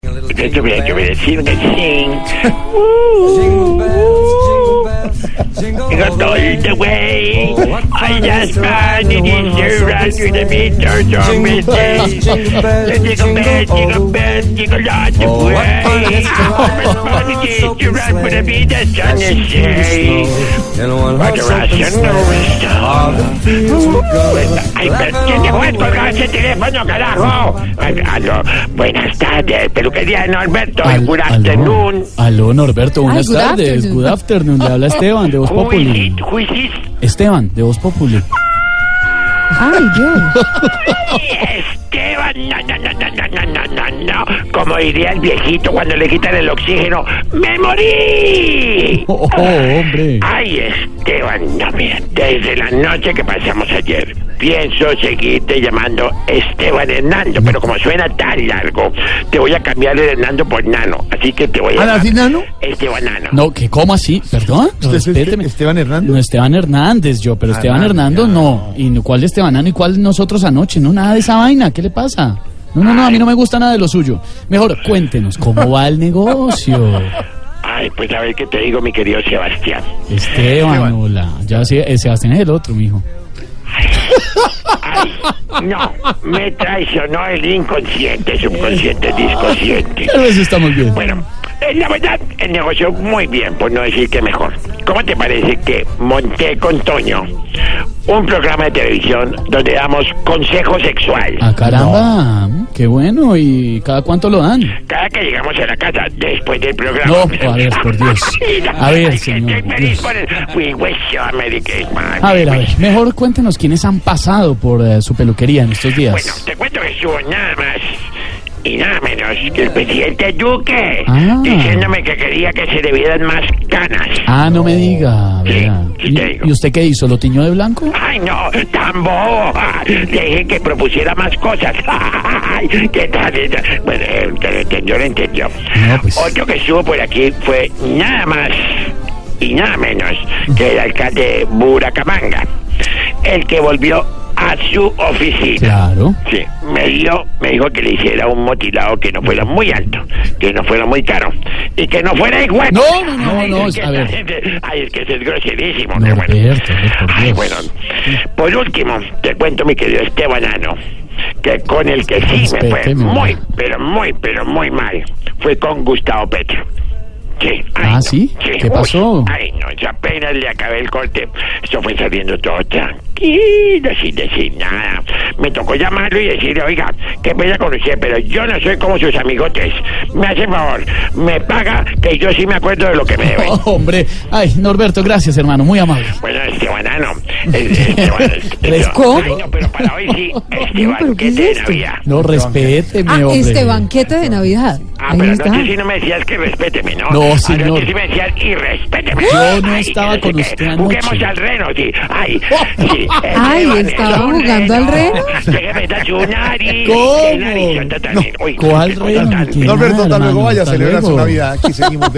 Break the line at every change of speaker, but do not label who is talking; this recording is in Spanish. de los
Yo, yo voy a, yo voy a
Jingle
decir que sí.
Bells, Jingle Bells, Jingle
Got all
Bells.
the way. I just found it is
Jingle bells,
around the meters of my
jingle bells, jingle bells,
Jingle bells,
jingle all
jingle
the
bells, jingle all
Oh,
the
what
way.
fun it is to ride
What
on
fun
a
it
horse
is to
open
ride with
sleigh.
a meter on the sea.
And one
But
horse
the
open
Russian
sleigh. All the fields will go.
Ay, pero ¿quién dejó de colgar ese teléfono, carajo? Ay, aló, buenas tardes, peluquería Norberto,
Al-
good
aló.
afternoon.
Aló, Norberto, buenas
good
tardes.
afternoon.
Good afternoon. Le habla Esteban de Voz
Who is
Populi.
it? Who is it?
Esteban de Voz Populi.
Ay, yo.
Esteban, no, no, no, no, no, no, no, no, no. Como diría el viejito cuando le quitan el oxígeno, ¡me morí!
Oh, oh, hombre.
Ay, Esteban, no, mira, desde la noche que pasamos ayer, pienso seguirte llamando Esteban Hernando, pero como suena tan largo, te voy a cambiar el Hernando por Nano, así que te voy a...
¿Ana
llamar
Sinano?
Esteban Nano.
No, que cómo así? ¿Perdón? Respéteme.
Esteban
No,
Hernández.
Esteban Hernández, yo, pero Esteban
Ah,
Hernando
ya.
no. ¿Y no- cuál Esteban Ano y cuál nosotros anoche? No, nada de esa vaina. ¿Qué le pasa? No, no, no, a mí no me gusta nada de lo suyo. Mejor cuéntenos cómo va el negocio.
Ay, pues a ver qué te digo, mi querido Sebastián.
Esteban, hola. Ya sí, eh, Sebastián es el otro, mijo.
Ay, no, me traicionó el inconsciente, subconsciente, disconsciente.
Pero eso está muy bien.
Bueno, eh, la verdad, el negocio muy bien, por no decir que mejor. ¿Cómo te parece que monté con Toño un programa de televisión donde damos consejo sexual?
Ah, caramba. Qué bueno. ¿Y cada cuánto lo dan?
Cada que llegamos a la casa después del programa.
No, a ver, por Dios. A ver,
Ay, que
señor,
estoy
por
feliz
Dios.
por el- We wish you a Merry Christmas.
A ver, a
We
ver. Mejor cuéntenos quiénes han pasado por eh, su peluquería en estos
Bueno,
días.
te cuento que estuvo nada más y nada menos que el presidente Duque
Ah.
diciéndome que quería que se le vieran más canas.
Ah, no me diga.
Sí,
vea.
sí te digo.
¿Y, y usted qué hizo? ¿Lo tiñó de blanco?
Ay, no, tan bobo. Ah, Le dije que propusiera más cosas. Ay, ¿Qué tal? Bueno, eh, te lo entendió, lo entendió.
No, pues.
Otro que estuvo por aquí fue nada más y nada menos que el alcalde de Buracamanga, el que volvió a su oficina.
Claro.
Sí, me dio, me dijo que le hiciera un motilado que no fuera muy alto, que no fuera muy caro y que no fuera igual.
No, no, no, no,
es que
a ver.
esta gente- Ay, es que ese es groserísimo.
No,
pero bueno.
Alberto, Alberto, por
Ay,
Dios.
bueno. Por último, te cuento, mi querido Estebanano, que con el que sí me fue
Respéteme.
muy, pero muy, pero muy mal, fue con Gustavo Petro. Sí, ay,
Ah,
no,
¿sí? ¿Qué
uy,
pasó?
ay, no, yo apenas le acabé el corte. Esto fue saliendo todo tranquilo, sin decir nada. Me tocó llamarlo y decirle, oiga, qué pena con usted, pero yo no soy como sus amigotes. Me hace favor, me paga, que yo sí me acuerdo de lo que me debe.
Oh, hombre. Ay, Norberto, gracias, hermano. Muy amable.
Bueno, Estebanano. Esteban,
¿Cómo?
Ay, no, pero para hoy sí, Esteban,
pero ¿qué
¿qué
es
te
esto?
había?
No, respéteme,
Ah,
hombre.
este banquete de Navidad.
Ah,
Ahí
pero
está.
anoche sí no me decías que respéteme, ¿no?
No, señor.
Anoche sí me decías y respéteme.
Yo no
Ay,
estaba
que
con
sé
usted
qué.
anoche.
Juguemos al reno, sí. Ay, sí. eh,
Ay,
Esteban,
¿estaba
es un
jugando al reno?
Déjame dar su nariz.
¿Cómo?
Qué narizota tan-
No,
uy,
¿cuál
qué cosa
reno,
tan-
mi querido?
Norberto, hasta
Hermano,
luego. Vaya a
hasta
celebrar su
luego.
Navidad. Aquí seguimos.